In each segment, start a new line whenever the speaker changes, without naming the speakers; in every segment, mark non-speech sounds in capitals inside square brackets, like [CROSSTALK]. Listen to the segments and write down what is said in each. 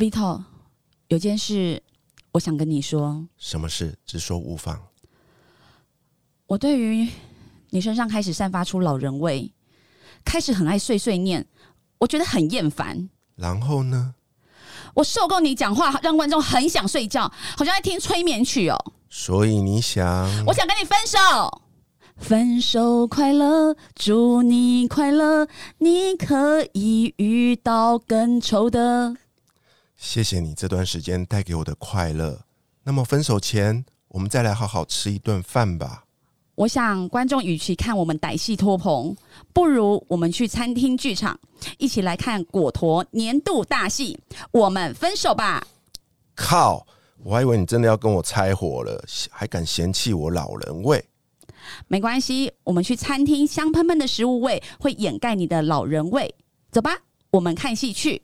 Vito，有件事我想跟你说，
什么事直说无妨。
我对于你身上开始散发出老人味，开始很爱碎碎念，我觉得很厌烦。
然后呢？
我受够你讲话，让观众很想睡觉，好像在听催眠曲哦。
所以你想，
我想跟你分手。分手快乐，祝你快乐，你可以遇到更丑的。
谢谢你这段时间带给我的快乐。那么分手前，我们再来好好吃一顿饭吧。
我想观众与其看我们歹戏拖棚，不如我们去餐厅剧场一起来看果陀年度大戏。我们分手吧！
靠！我还以为你真的要跟我拆伙了，还敢嫌弃我老人味？
没关系，我们去餐厅，香喷喷的食物味会掩盖你的老人味。走吧，我们看戏去。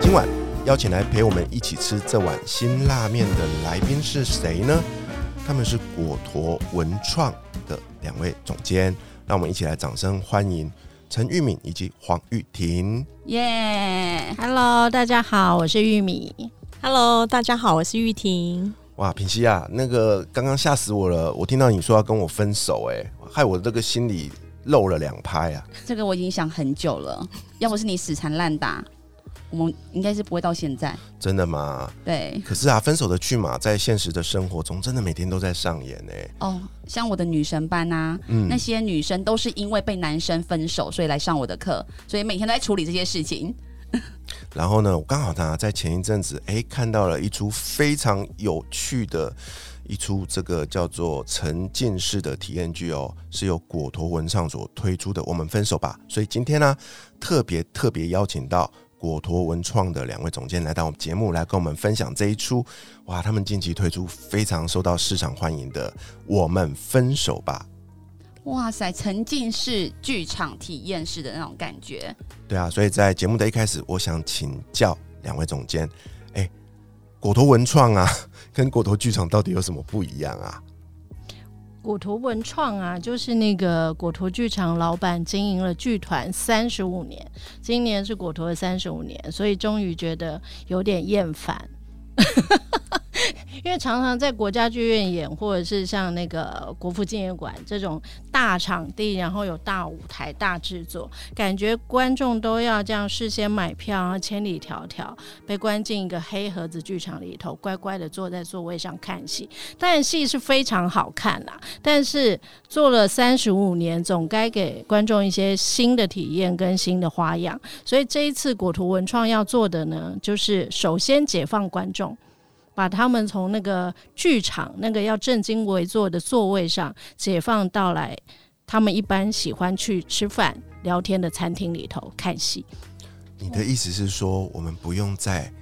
今晚邀请来陪我们一起吃这碗辛辣面的来宾是谁呢？他们是果陀文创的两位总监，让我们一起来掌声欢迎陈玉敏以及黄玉婷。
耶、
Hello，大家好，我是玉米。Hello，大家好，我是玉婷。
哇，品熙啊，那个刚刚吓死我了！我听到你说要跟我分手、哎，害我这个心里漏了两拍啊！
这个我已经想很久了，要不是你死缠烂打，我们应该是不会到现在。
真的吗？
对，
可是啊，分手的剧码在现实的生活中真的每天都在上演呢、哎
哦，像我的女神班啊，
嗯
那些女生都是因为被男生分手，所以来上我的课，所以每天都在处理这些事情。
然后呢，我刚好呢在前一阵子哎看到了一出非常有趣的一出这个叫做沉浸式的体验剧哦，是由果陀文创所推出的《我们分手吧》。所以今天呢，特别特别邀请到。果陀文创的两位总监来到我们节目，来跟我们分享这一出哇，他们近期推出非常受到市场欢迎的《我们分手吧》。
哇塞，沉浸式剧场体验式的那种感觉。
对啊，所以在节目的一开始，我想请教两位总监，哎、果陀文创啊， [LAUGHS] 跟果陀剧场到底有什么不一样啊？
果陀文创啊，就是那个果陀剧场老板经营了剧团三十五年，今年是果陀的三十五年，所以终于觉得有点厌烦。 [LAUGHS] 因为常常在国家剧院演，或者是像那个国父纪念馆这种大场地，然后有大舞台、大制作，感觉观众都要这样事先买票，然后千里迢迢被关进一个黑盒子剧场里头，乖乖的坐在座位上看戏。当然戏是非常好看啊啦，但是做了三十五年，总该给观众一些新的体验跟新的花样。所以这一次果图文创要做的呢，就是首先解放观众。把他们从那个剧场那个要正襟危坐的座位上解放到来，他们一般喜欢去吃饭、聊天的餐厅里头看戏。
你的意思是说，我们不用再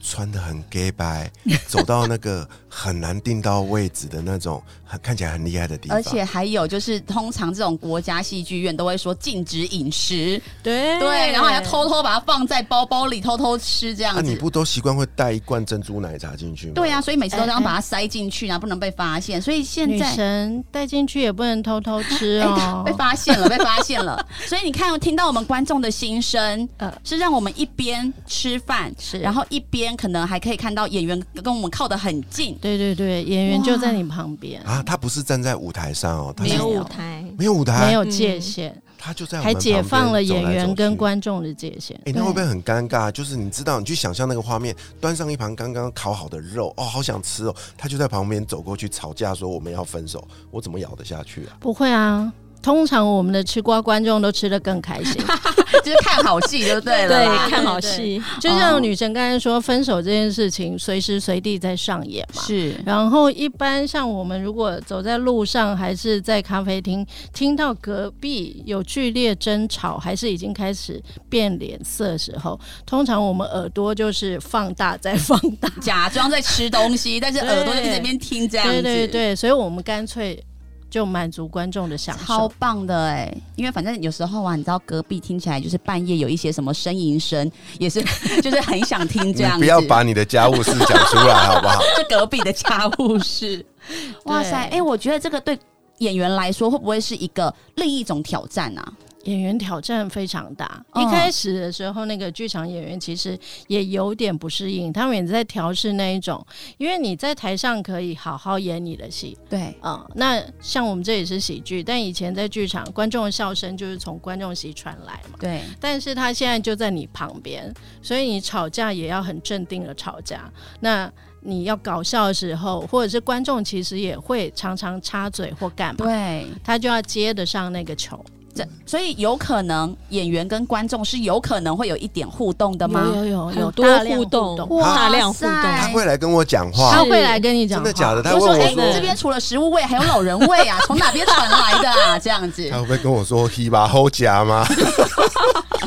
穿的很 gay
[LAUGHS]
白，走到那个很难订到位置的那种，很看起来很厉害的地方，
而且还有就是，通常这种国家戏剧院都会说禁止饮食，
对
对，然后还要偷偷把它放在包包里偷偷吃这样
那、
子。
啊你不都习惯会带一罐珍珠奶茶进去吗？
对啊，，所以每次都这样
哎哎
把它塞进去，然后不能被发现。所以现
女
在
神带进去也不能偷偷吃
哎
[LAUGHS] 哦，
被发现了，被发现了。所以你看，听到我们观众的心声，
呃
是让我们一边吃饭，
是
然后一边可能还可以看到演员跟我们靠得很近。
对对对，演员就在你旁边，
啊，他不是站在舞台上哦，他是
没有
台，
没有舞台，
没有界限，
他就在我们
还解放
旁
了
边
演
走来
员
走
跟
去
观众的界限。
哎、那会不会很尴尬？就是你知道，你去想象那个画面，端上一盘刚刚烤好的肉，哦，好想吃哦，他就在旁边走过去吵架，说我们要分手，我怎么咬得下去啊？
不会啊，通常我们的吃瓜观众都吃得更开
[LAUGHS]
心。
哦
就是看好戏就对了
对
啦。，
看好戏，
就像女神刚才说，分手这件事情随时随地在上演嘛。
是
然后一般像我们如果走在路上，还是在咖啡厅，听到隔壁有剧烈争吵，还是已经开始变脸色的时候，通常我们耳朵就是放大再放大。
假装在吃东西，但是耳朵就一直
对
在那边听这样
对
子。
对对，所以我们干脆就满足观众的享
超
受。
棒的哎、因为反正有时候啊，你知道隔壁听起来就是半夜有一些什么呻吟声，也是就是很想听这
[LAUGHS] 你
样子。
不要把你的家务事讲出来，好不
[LAUGHS]
好？
这隔壁的家务事。 [LAUGHS] 哇塞，哎、
对
我觉得这个对演员来说会不会是一个另一种挑战啊？
演员挑战非常大。
嗯
一开始的时候，那个剧场演员其实也有点不适应，他们也在调试那一种，因为你在台上可以好好演你的戏，
对，
嗯，那像我们这也是喜剧，但以前在剧场，观众的笑声就是从观众席传来嘛。
对，
但是他现在就在你旁边，所以你吵架也要很镇定的吵架。那你要搞笑的时候，或者是观众其实也会常常插嘴或干嘛，
对，
他就要接得上那个球。
这所以有可能演员跟观众是有可能会有一点互动的吗？
有有有
很
有
多
大量
互动
动，
哇塞
大量互动
哎
他会来跟我讲话
他，会来跟你讲
真的
话，
假的？他
就
问
说：“哎、
我
欸
说，
这边除了食物味，还有老人味啊，从哪边传来的啊？”这样子
他，会不会跟我说 “he 吧后
[LAUGHS]
夹”吗？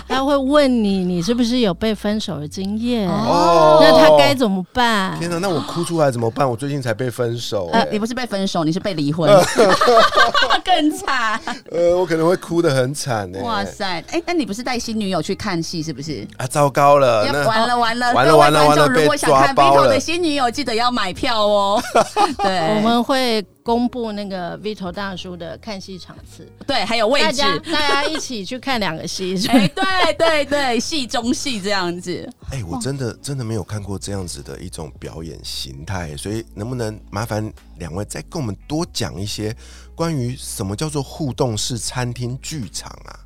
他会问你，你是不是有被分手的经验？
哦，
那他该怎么办？
天哪，那我哭出来怎么办？我最近才被分手、
呃
哎，
你不是被分手，你是被离
[LAUGHS]
婚，更惨。
呃，我可能会哭得很惨呢、
哇塞，哎、那你不是带新女友去看戏是不是？
啊，糟糕了，
要
那
完了完了，
完了
各位
完了
观众
完了
如果想
被抓
看
包
Vito
了
的新女友，记得要买票
[LAUGHS]
哦。对，
我们会公布那个 Vito 大叔的看戏场次，
对还有位
大
置，
家大家一起去看两个戏。是吧
哎、对对对，戏中戏这样子，
哎、我真的真的没有看过这样子的一种表演形态，所以能不能麻烦两位再跟我们多讲一些关于什么叫做互动式餐厅剧场啊？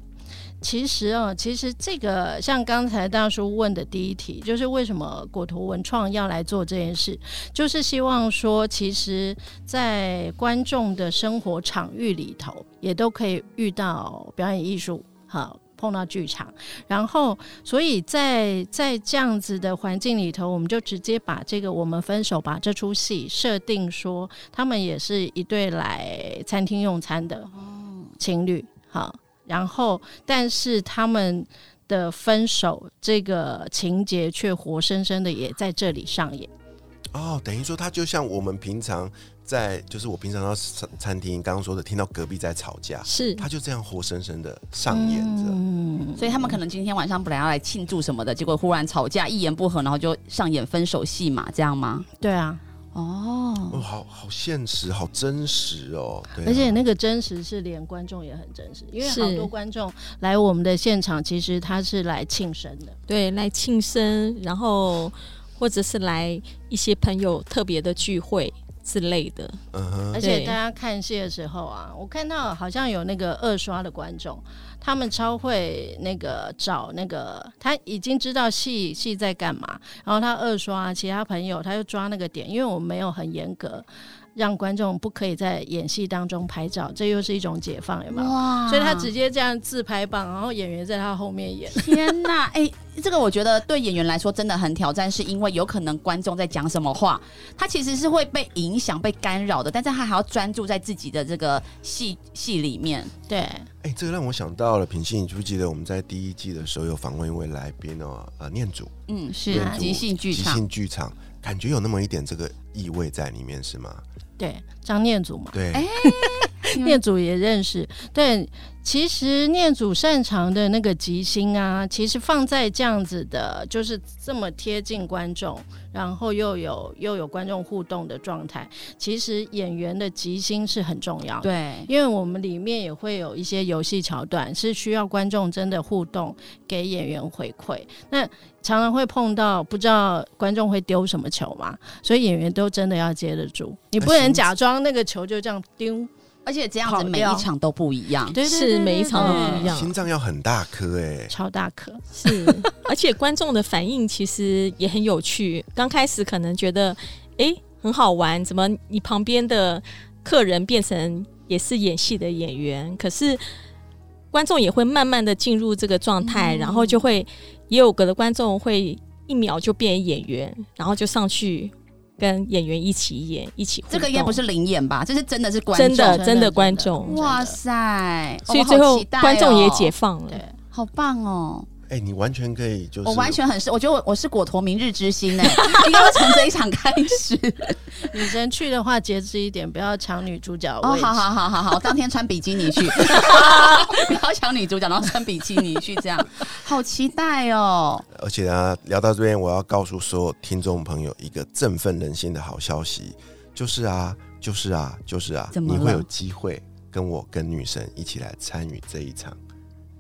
其实哦，其实这个像刚才大叔问的第一题，就是为什么果图文创要来做这件事，就是希望说，其实，在观众的生活场域里头，也都可以遇到表演艺术，好。碰到剧场，然后，所以在在这样子的环境里头，我们就直接把这个我们分手吧这出戏设定说，他们也是一对来餐厅用餐的情侣，好，然后但是他们的分手这个情节却活生生的也在这里上演。
哦，等于说它就像我们平常在，就是我平常到餐餐厅刚刚说的，听到隔壁在吵架，
是
它就这样活生生的上演着。
嗯，
所以他们可能今天晚上本来要来庆祝什么的，结果忽然吵架，一言不合，然后就上演分手戏嘛，这样吗？
对啊，
哦，
哦，好好现实，好真实哦。对啊、
而且那个真实是连观众也很真实，因为好
是
多观众来我们的现场，其实他是来庆生的。
对来庆生，然后或者是来一些朋友特别的聚会之类的，
嗯哼，
而且
对
大家看戏的时候啊，我看到好像有那个二刷的观众，他们超会那个找那个，他已经知道戏戏在干嘛，然后他二刷，啊其他朋友他就抓那个点，因为我们没有很严格让观众不可以在演戏当中拍照，这又是一种解放，有没有？
哇
所以他直接这样自拍棒，然后演员在他后面演。
天呐，哎、这个我觉得对演员来说真的很挑战，是因为有可能观众在讲什么话，他其实是会被影响、被干扰的，但是他还要专注在自己的这个戏戏里面。
对，
哎、这个让我想到了，品信，你记不记得我们在第一季的时候有访问一位来宾哦，呃，念祖，
嗯，
念
是
祖
即兴剧
即
场，
兴剧场，感觉有那么一点这个意味在里面，是吗？
对，张念祖嘛。
对，
哎嗯
念祖也认识。对，其实念祖擅长的那个即兴啊，其实放在这样子的，就是这么贴近观众，然后又有又有观众互动的状态，其实演员的即兴是很重要的。
对，
因为我们里面也会有一些游戏桥段，是需要观众真的互动给演员回馈。那常常会碰到不知道观众会丢什么球嘛，所以演员都真的要接得住，你不
呃
能假装那个球就这样丢。
而且这样
跑
子每
掉
一场都不一样。
对对
是
对
每一场都不一
对
哎
样。
心脏要很大颗哎、
超大颗，
是，而且观众的反应其实也很有趣。刚开始可能觉得，诶很好玩，怎么你旁边的客人变成也是演戏的演员，可是观众也会慢慢的进入这个状
嗯
态，然后就会也有个的观众会一秒就变演员，然后就上去跟演员一起演，一起互
这个应该
动
不是灵演吧？这是真的是观众，
真的真
真
的
的
观
真的
众，
哇塞！
所以
哦
最后观众也，
我好期待
解
哦
放了。
对，
好棒哦！
哎、你完全可以，就是
我完全很是，我觉得我我是果陀明日之星
[LAUGHS]
哎，应该会从这一场开始。
女生去的话节制一点，不要抢女主角的
哦，
位置。
好好好好好，当天穿比基尼
[LAUGHS]
去，不要抢女主角，然后穿比基尼去，这样好期待哦！
而且啊，聊到这边，我要告诉所有听众朋友一个振奋人心的好消息，就是啊，就是啊，就是啊，
怎么
你
了
会有机会跟我跟女神一起来参与这一场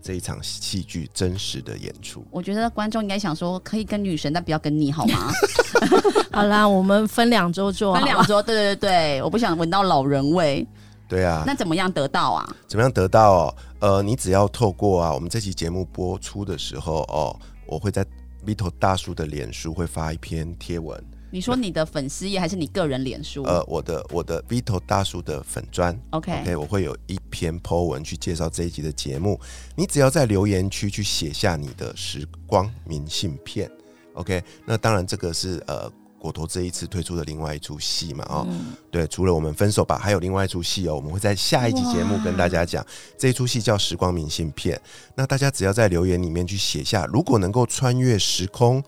这一场戏剧真实的演出。
我觉得观众应该想说，可以跟女神，但不要跟你好吗？
[LAUGHS]
[LAUGHS]
好啦，我们分两周做好
分
了，
两桌，对对对，我不想闻到老人味。
对啊，
那怎么样得到啊？
怎么样得到、哦？呃，你只要透过啊，我们这期节目播出的时候哦，我会在 Vito 大叔的脸书会发一篇贴文，
你说你的粉丝页还是你个人脸书、
呃，我的我的 Vito 大叔的粉砖
o k
OK，我会有一篇 Po 文去介绍这一集的节目。你只要在留言区去写下你的时光明信片，OK。那当然，这个是呃果陀这一次推出的另外一出戏嘛，哦，对，除了我们分手吧，还有另外一出戏哦，我们会在下一集节目
哇
跟大家讲。这一出戏叫《时光明信片》，那大家只要在留言里面去写下，如果能够穿越时空，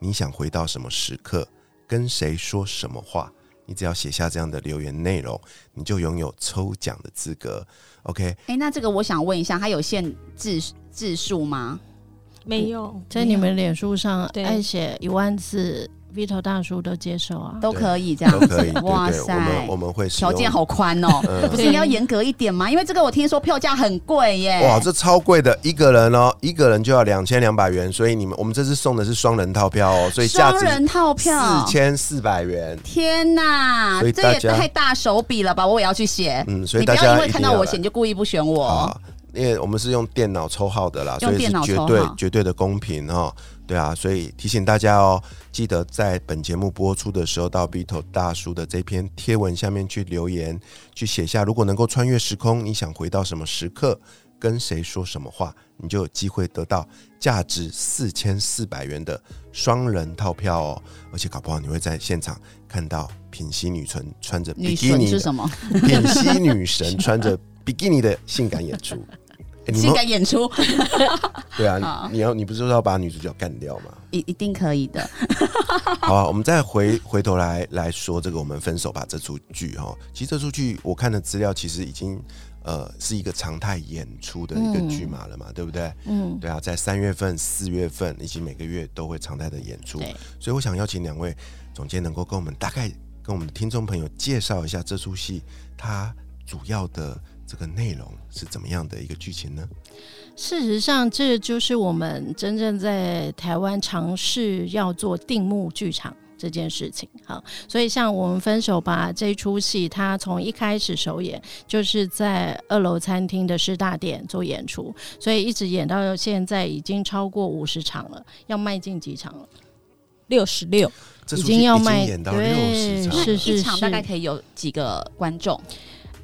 你想回到什么时刻，跟谁说什么话。你只要写下这样的留言内容，你就拥有抽奖的资格。OK，
哎、那这个我想问一下，它有限字字数吗？
没有，
在你们脸书上
对
爱写一万字，Vito 大叔都接受啊。
都可以这样
都
子，
可以。
哇
对对，我们
塞
我，们会使
条
用
件。好宽哦、
嗯
不是应该要严格一点吗？因为这个我听说票价很贵耶。
哇，这超贵的，一个人哦，一个人就要两千两百元，所以你们我们这次送的是双人套票哦，所以价
双
值
人套票
四，千四百元。
天哪，
所以
这
大
也
家
太大手笔了吧！我也要去写。
嗯，所以
你不
大
要
家
因为看到我写
写
你就故意不选我。
啊，因为我们是用电脑抽号的啦，
用
所以
电
是
脑
绝
抽
对
号
绝对的公平哦。对啊，所以提醒大家哦，记得在本节目播出的时候，到 Bito 大叔的这篇贴文下面去留言，去写下如果能够穿越时空，你想回到什么时刻，跟谁说什么话，你就有机会得到价值四千四百元的双人套票哦。而且搞不好你会在现场看到品熙女神穿着比
女
基
神
尼
是
的
什么？
[LAUGHS] 品熙女神穿着比基尼的性感演
[LAUGHS]
出。欸、你
性
们
感演
[LAUGHS]
出
对啊
好，
你要你不是说要把女主角干掉吗？
一一定可以的。
好啊，我们再回回头来来说这个我们分手吧这出剧哈，其实这出剧我看的资料其实已经呃是一个常态演出的一个剧码了嘛，对不对？
嗯，
对啊，在三月份、四月份以及每个月都会常态的演出，
对
所以我想邀请两位总监能够跟我们大概跟我们的听众朋友介绍一下这出戏它主要的这个内容是怎么样的一个剧情呢？
事实上，这就是我们真正在台湾尝试要做定目剧场。这件事情，好，所以像我们分手吧这一出戏，它从一开始首演就是在二楼餐厅的师大店做演出，所以一直演到现在已经超过五十场了，要迈进几场了？
六十六，
这
已
出
经
戏
要
已经
卖
演到
对
六十场了，
是
一场大概可以有几个观众？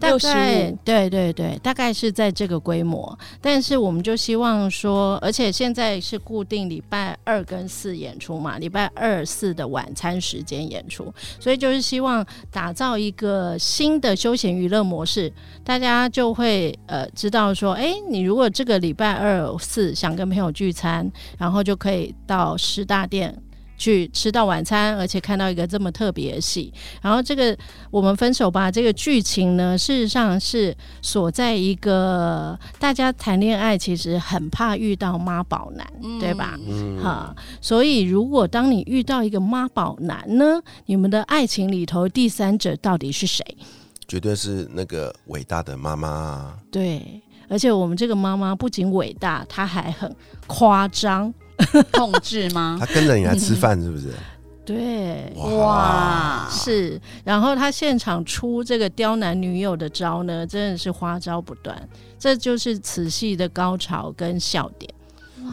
大
65
概对对对，大概是在这个规模。但是我们就希望说，而且现在是固定礼拜二跟四演出嘛，礼拜二四的晚餐时间演出，所以就是希望打造一个新的休闲娱乐模式，大家就会呃知道说，哎，你如果这个礼拜二四想跟朋友聚餐，然后就可以到师大店。去吃到晚餐，而且看到一个这么特别的戏，然后这个我们分手吧这个剧情呢，事实上是锁在一个大家谈恋爱其实很怕遇到妈宝男，对吧？
嗯
哈、所以如果当你遇到一个妈宝男呢，你们的爱情里头第三者到底是谁？
绝对是那个伟大的妈妈、啊，
对，而且我们这个妈妈不仅伟大，她还很夸张。
控制吗
[LAUGHS] 她？跟着你来吃饭，是
[LAUGHS]
不是？
对，
哇，
是，然后他现场出这个刁难女友的招呢，真的是花招不断，这就是此戏的高潮跟笑点。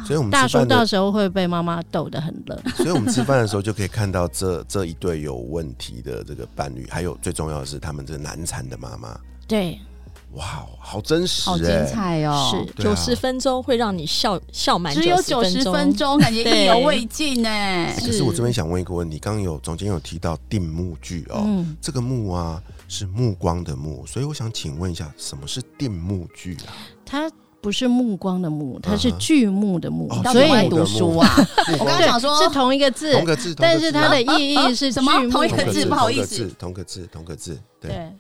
所以我们嗯
大
吃
叔
饭
到
的，
时候会被妈妈逗得很乐。
[LAUGHS] 所以我们吃饭的时候就可以看到这这一对有问题的这个伴侣，还有最重要的是他们这个难产的妈妈，
对，
哇，哦好真实
好精
哎、
彩哦！
是
对啊
九十分钟会让你笑笑满90
只有九十分钟，感觉意
对
犹未尽
[LAUGHS]
呢、
欸可是我这边想问一个问题，刚刚有总监有提到定目剧哦，
嗯，
这个目啊是目光的目，所以我想请问一下，什么是定目剧啊？
它不是目光的目，它
嗯
是
哼
剧目的目
哦，
到底
所
有
以
没有读书
[LAUGHS]
啊？
目
我刚
光
刚
对
想说
是同一个字
同，个字，啊
但是它的意义是
[LAUGHS] 什么
剧目
同一
同
个
个
字
字，
不好意思
同个字同个字，同个字，对，
对。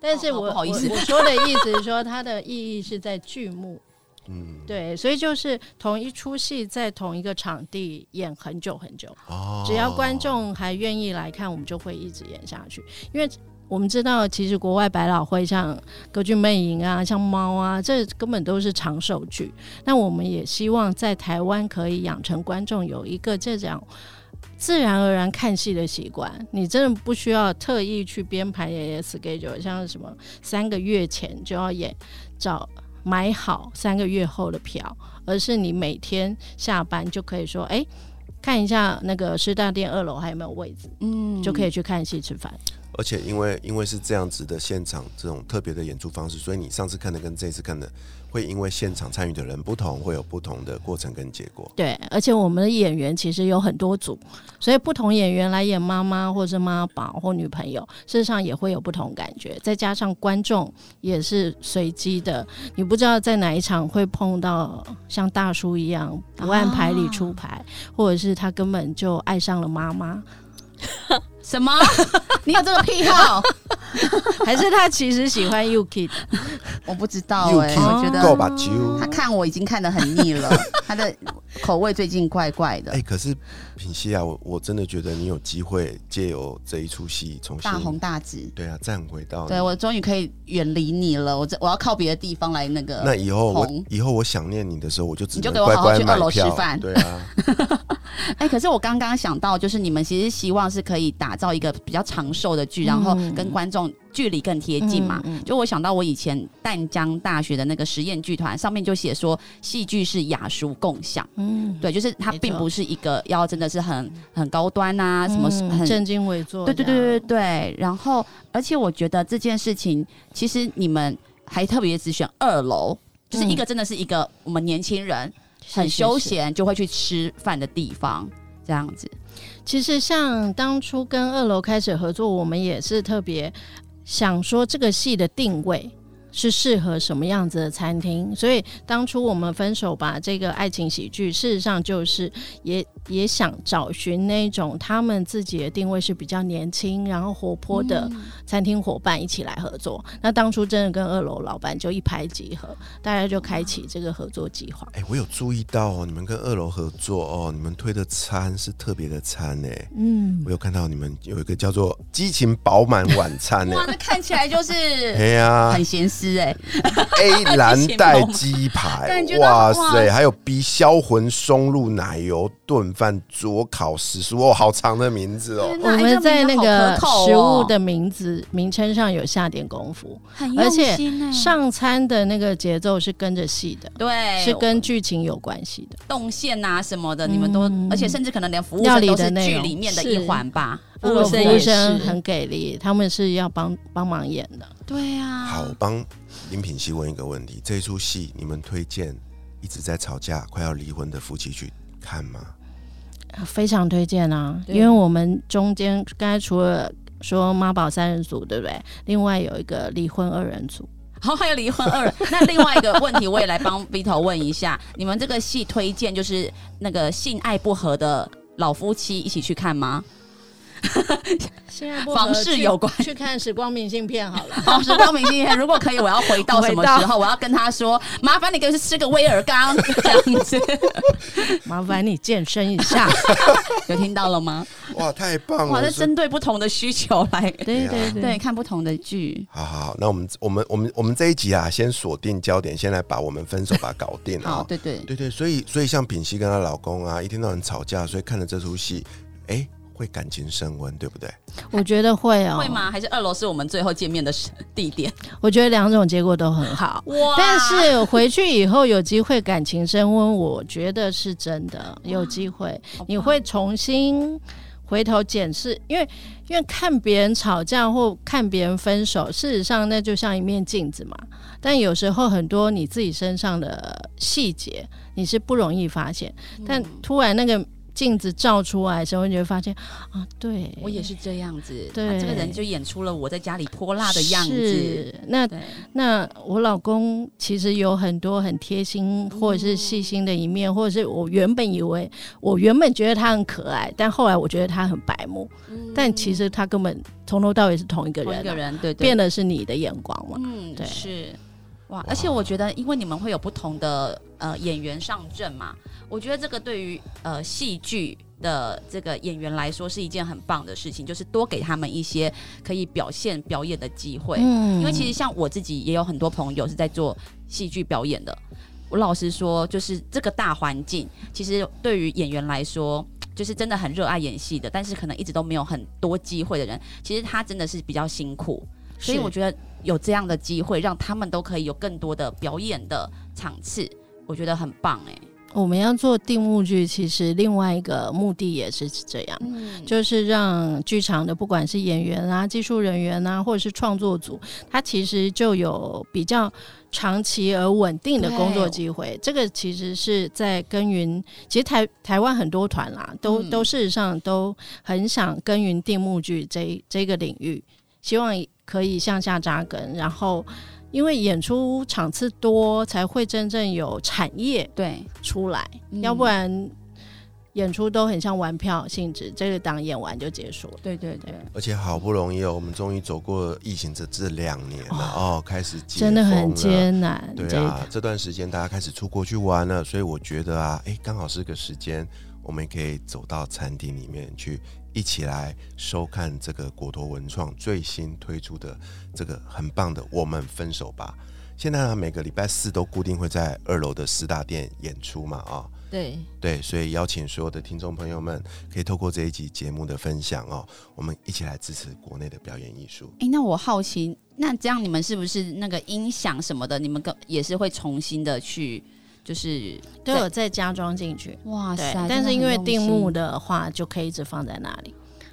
但是
哦
我、
不好意思
我我说的意思是说，它的意义是在剧目，
嗯，，
对，所以就是同一出戏在同一个场地演很久很久，
哦
只要观众还愿意来看，我们就会一直演下去，因为。我们知道，其实国外百老汇像《歌剧魅影》啊，像《猫》啊，这根本都是长寿剧。那我们也希望在台湾可以养成观众有一个这样自然而然看戏的习惯。你真的不需要特意去编排爷爷 schedule，像什么三个月前就要演，找买好三个月后的票，而是你每天下班就可以说，哎、看一下那个师大店二楼还有没有位置，
嗯
就可以去看戏吃饭。
而且因为因为是这样子的现场这种特别的演出方式，所以你上次看的跟这次看的，会因为现场参与的人不同，会有不同的过程跟结果。
对，而且我们的演员其实有很多组，所以不同演员来演妈妈或是妈宝或女朋友，事实上也会有不同感觉。再加上观众也是随机的，你不知道在哪一场会碰到像大叔一样不按牌理出牌，或者是他根本就爱上了妈 [LAUGHS] 妈，
什么？ [LAUGHS] 你有这个癖好？
还是他其实喜欢 Yuki
[LAUGHS] 我不知道
又
哎、
听
我觉得
够
嗯
吧，啾
他！看我已经看得很腻了，他的口味最近怪怪的
哎、。可是品熙啊，我我真的觉得你有机会借由这一出戏重新
大红大紫。
对啊，站回到
对
你
我终于可以远离你了，我这我要靠别的地方来那个。
那以后我
红
以后我想念你的时候，我就只
你就
能
给我
乖
好好
乖
去二
买
楼吃
票。
饭
对啊， [LAUGHS]
哎、可是我刚刚想到，就是你们其实希望是可以打造一个比较长寿的剧，然后
嗯
跟观众距离更贴近嘛。
嗯嗯
就我想到我以前淡江大学的那个实验剧团，上面就写说戏剧是雅俗共享，
嗯，
对，就是它
没错
并不是一个要真的是很很高端啊，什么
嗯
很
正襟危坐这
对
样？
对对对对。然后，而且我觉得这件事情，其实你们还特别只选二楼，就是一个真的是一个我们年轻人
嗯是，
很
是
休
是
闲就会去吃饭的地方，这样子。
其实像当初跟二楼开始合作，我们也是特别想说这个戏的定位。是适合什么样子的餐厅？所以当初我们分手吧，这个爱情喜剧事实上就是也也想找寻那种他们自己的定位是比较年轻，然后活泼的餐厅伙伴一起来合作。那当初真的跟二楼老板就一拍即合，大家就开启这个合作计划。
哎、我有注意到哦，你们跟二楼合作哦，你们推的餐是特别的餐哎、
嗯
我有看到你们有一个叫做“激情饱满晚餐”
哇，
哎，
那看起来就是
[LAUGHS] 哎呀
很咸湿哎，
，A 蓝带
感
鸡排
觉，到
哇
哇
塞，还有 B 销魂松露奶油炖饭佐烤时蔬，哦，好长的名字哦，
我们在那个食物的名字、名称上有下点功夫，而且上餐的那个节奏是跟着戏的，
对
是跟剧情有关系的。
动线啊什么的，你们都，而且甚至可能连服务
嗯料
生
理
都
的
是
内
剧
容
里面的
是
一环吧。
服务生
服务
也是
生很给力，他们是要帮帮忙演的。
对啊，
好，我帮林品熙问一个问题：这一出戏你们推荐一直在吵架、快要离婚的夫妻去看吗？
非常推荐啊！
对
因为我们中间刚才除了说妈宝三人组，对不对？另外有一个离婚二人组，
然后还有离婚
[LAUGHS]
二人。那另外一个问题，我也来帮 Vito 问一下，你们这个戏推荐就是那个性爱不合的老夫妻一起去看
[LAUGHS]
吗？
现在
房事有关
去看《时光明信片》好了。
好，时光明信片，如果可以，我要回到什么时候？我要跟他说，麻烦你给我去吃个威尔刚，这样
[LAUGHS]
子，
麻烦你健身一 [LAUGHS] 下。
有听到了吗？
哇，太棒
哇，
了！
这
说
针对不同的需求来，
对对对
对，看不同的剧。
好好好，那我们我们我们我们这一集啊，先锁定焦点，先来把我们分手吧搞定啊、
好，对对，
对对，所以所以像品熙跟她老公啊，一天到晚吵架，所以看了这出戏，哎、会感情升温，对不对？
我觉得会哦、
会？吗？还是二楼是我们最后见面的时地点？
我觉得两种结果都很好。
哇
但是回去以后有机会感
嗯哦
情升温，我觉得是真的有机会，你会重新回头检视，因为因为看别人吵架或看别人分手，事实上那就像一面镜子嘛。但有时候很多你自己身上的细节，你是不容易发现，
嗯
但突然那个镜子照出来的时候，你就会发现啊，对
我也是这样子，
对
啊这个人就演出了我在家里泼辣的样子。
是那
对，
那我老公其实有很多很贴心或者是细心的一面，或者是我原本以为我原本觉得他很可爱，但后来我觉得他很白目，但其实他根本从头到尾是同一个人、
嗯同
啊，
一个人，对对，
变的是你的眼光嘛。
嗯，
对
是。哇，而且我觉得，因为你们会有不同的呃演员上阵嘛，我觉得这个对于呃戏剧的这个演员来说是一件很棒的事情，就是多给他们一些可以表现表演的机会。
嗯
因为其实像我自己也有很多朋友是在做戏剧表演的。我老实说，就是这个大环境，其实对于演员来说，就是真的很热爱演戏的，但是可能一直都没有很多机会的人，其实他真的是比较辛苦。所以
是
我觉得有这样的机会，让他们都可以有更多的表演的场次，我觉得很棒哎、
我们要做定目剧，其实另外一个目的也是这样。
嗯，
就是让剧场的不管是演员啊、技术人员啊，或者是创作组，他其实就有比较长期而稳定的工作机会。这个其实是在耕耘，其实台台湾很多团啦，都、
嗯
都事实上都很想耕耘定目剧这一这个领域，希望可以向下扎根，然后。因为演出场次多，才会真正有产业
对，
出来。
嗯
要不然演出都很像玩票性质，这个档演完就结束了。
对对对，
而且好不容易哦，我们终于走过疫情这这两年了哦，开始解
真的
封
很
了
艰难，
对
这
啊
个，
这段时间大家开始出国去玩了，所以我觉得啊，哎，刚好是个时间，我们可以走到餐厅里面去，一起来收看这个果陀文创最新推出的这个很棒的《我们分手吧》。现在呢，每个礼拜四都固定会在二楼的四大店演出嘛，啊、
对，
对，所以邀请所有的听众朋友们，可以透过这一集节目的分享哦，我们一起来支持国内的表演艺术。
哎、那我好奇，那这样你们是不是那个音响什么的，你们跟也是会重新的去，就是
都有再加装进去。
哇
对
塞，真，的
但是因为
很用
定目
心，
的话，就可以一直放在那里， [LAUGHS]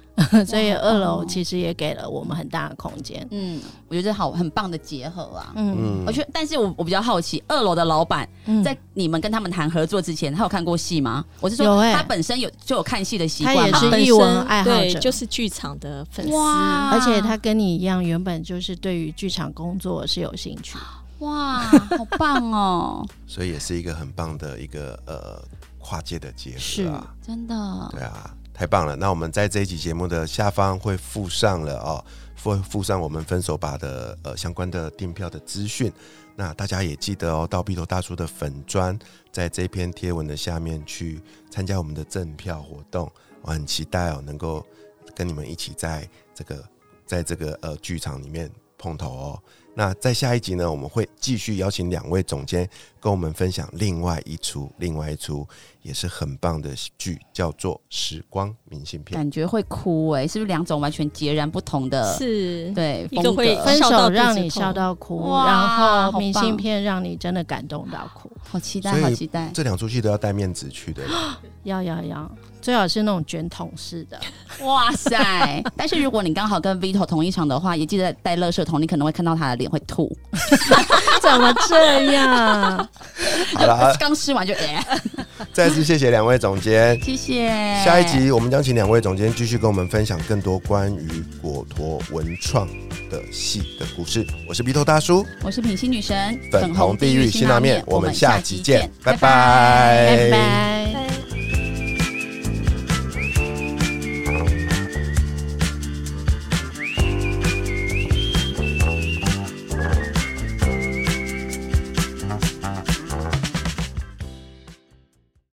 所以二楼其实也给了我们很大的空间。
嗯，我觉得这好很棒的结合啊。
嗯，
我觉得，但是我我比较好奇，二楼的老板
嗯
在你们跟他们谈合作之前，他有看过戏吗？我是
有
说，
欸
他本身有就有看戏的习
他
惯
也
吗？
是
本
艺文
身
爱好
对
者
就是剧场的粉丝，
哇
而且他跟你一样，原本就是对于剧场工作是有兴趣。
啊哇，好棒哦，
所以也是一个很棒的一个呃跨界的结合啊。
真的
对啊，太棒了！那我们在这一集节目的下方会附上了哦，附附上我们分手吧的呃相关的订票的资讯。那大家也记得哦，到碧头大叔的粉砖，在这篇贴文的下面去参加我们的赠票活动。我很期待哦，能够跟你们一起在这个在这个呃剧场里面碰头哦。那在下一集呢，我们会继续邀请两位总监跟我们分享另外一出另外一出也是很棒的剧，叫做《时光明信片》。
感觉会哭哎、是不是两种完全截然不同的？
是，
对，
一个
风
会
格
分
笑到
手
肚
让
子
你
痛
笑到哭，
哇
然后
好
明
棒
信片让你真的感动到哭。
好期待
所，以
好期待！
这两出戏都要带面子 [GASPS] 去的，
要要要，最好是那种卷筒式的。
哇塞！但是如果你刚好跟 Vito 同一场的话，也记得带乐色桶，你可能会看到他的脸会吐。
怎么这样？
[LAUGHS] 好了，
刚吃完就哎、
再次谢谢两位总监。
谢谢。
下一集我们将请两位总监继续跟我们分享更多关于果陀文创的戏的故事。我是鼻头大叔，
我是品心女神，
粉红地狱辛
辛
辣
辣
面，我们下集见，拜拜
拜拜。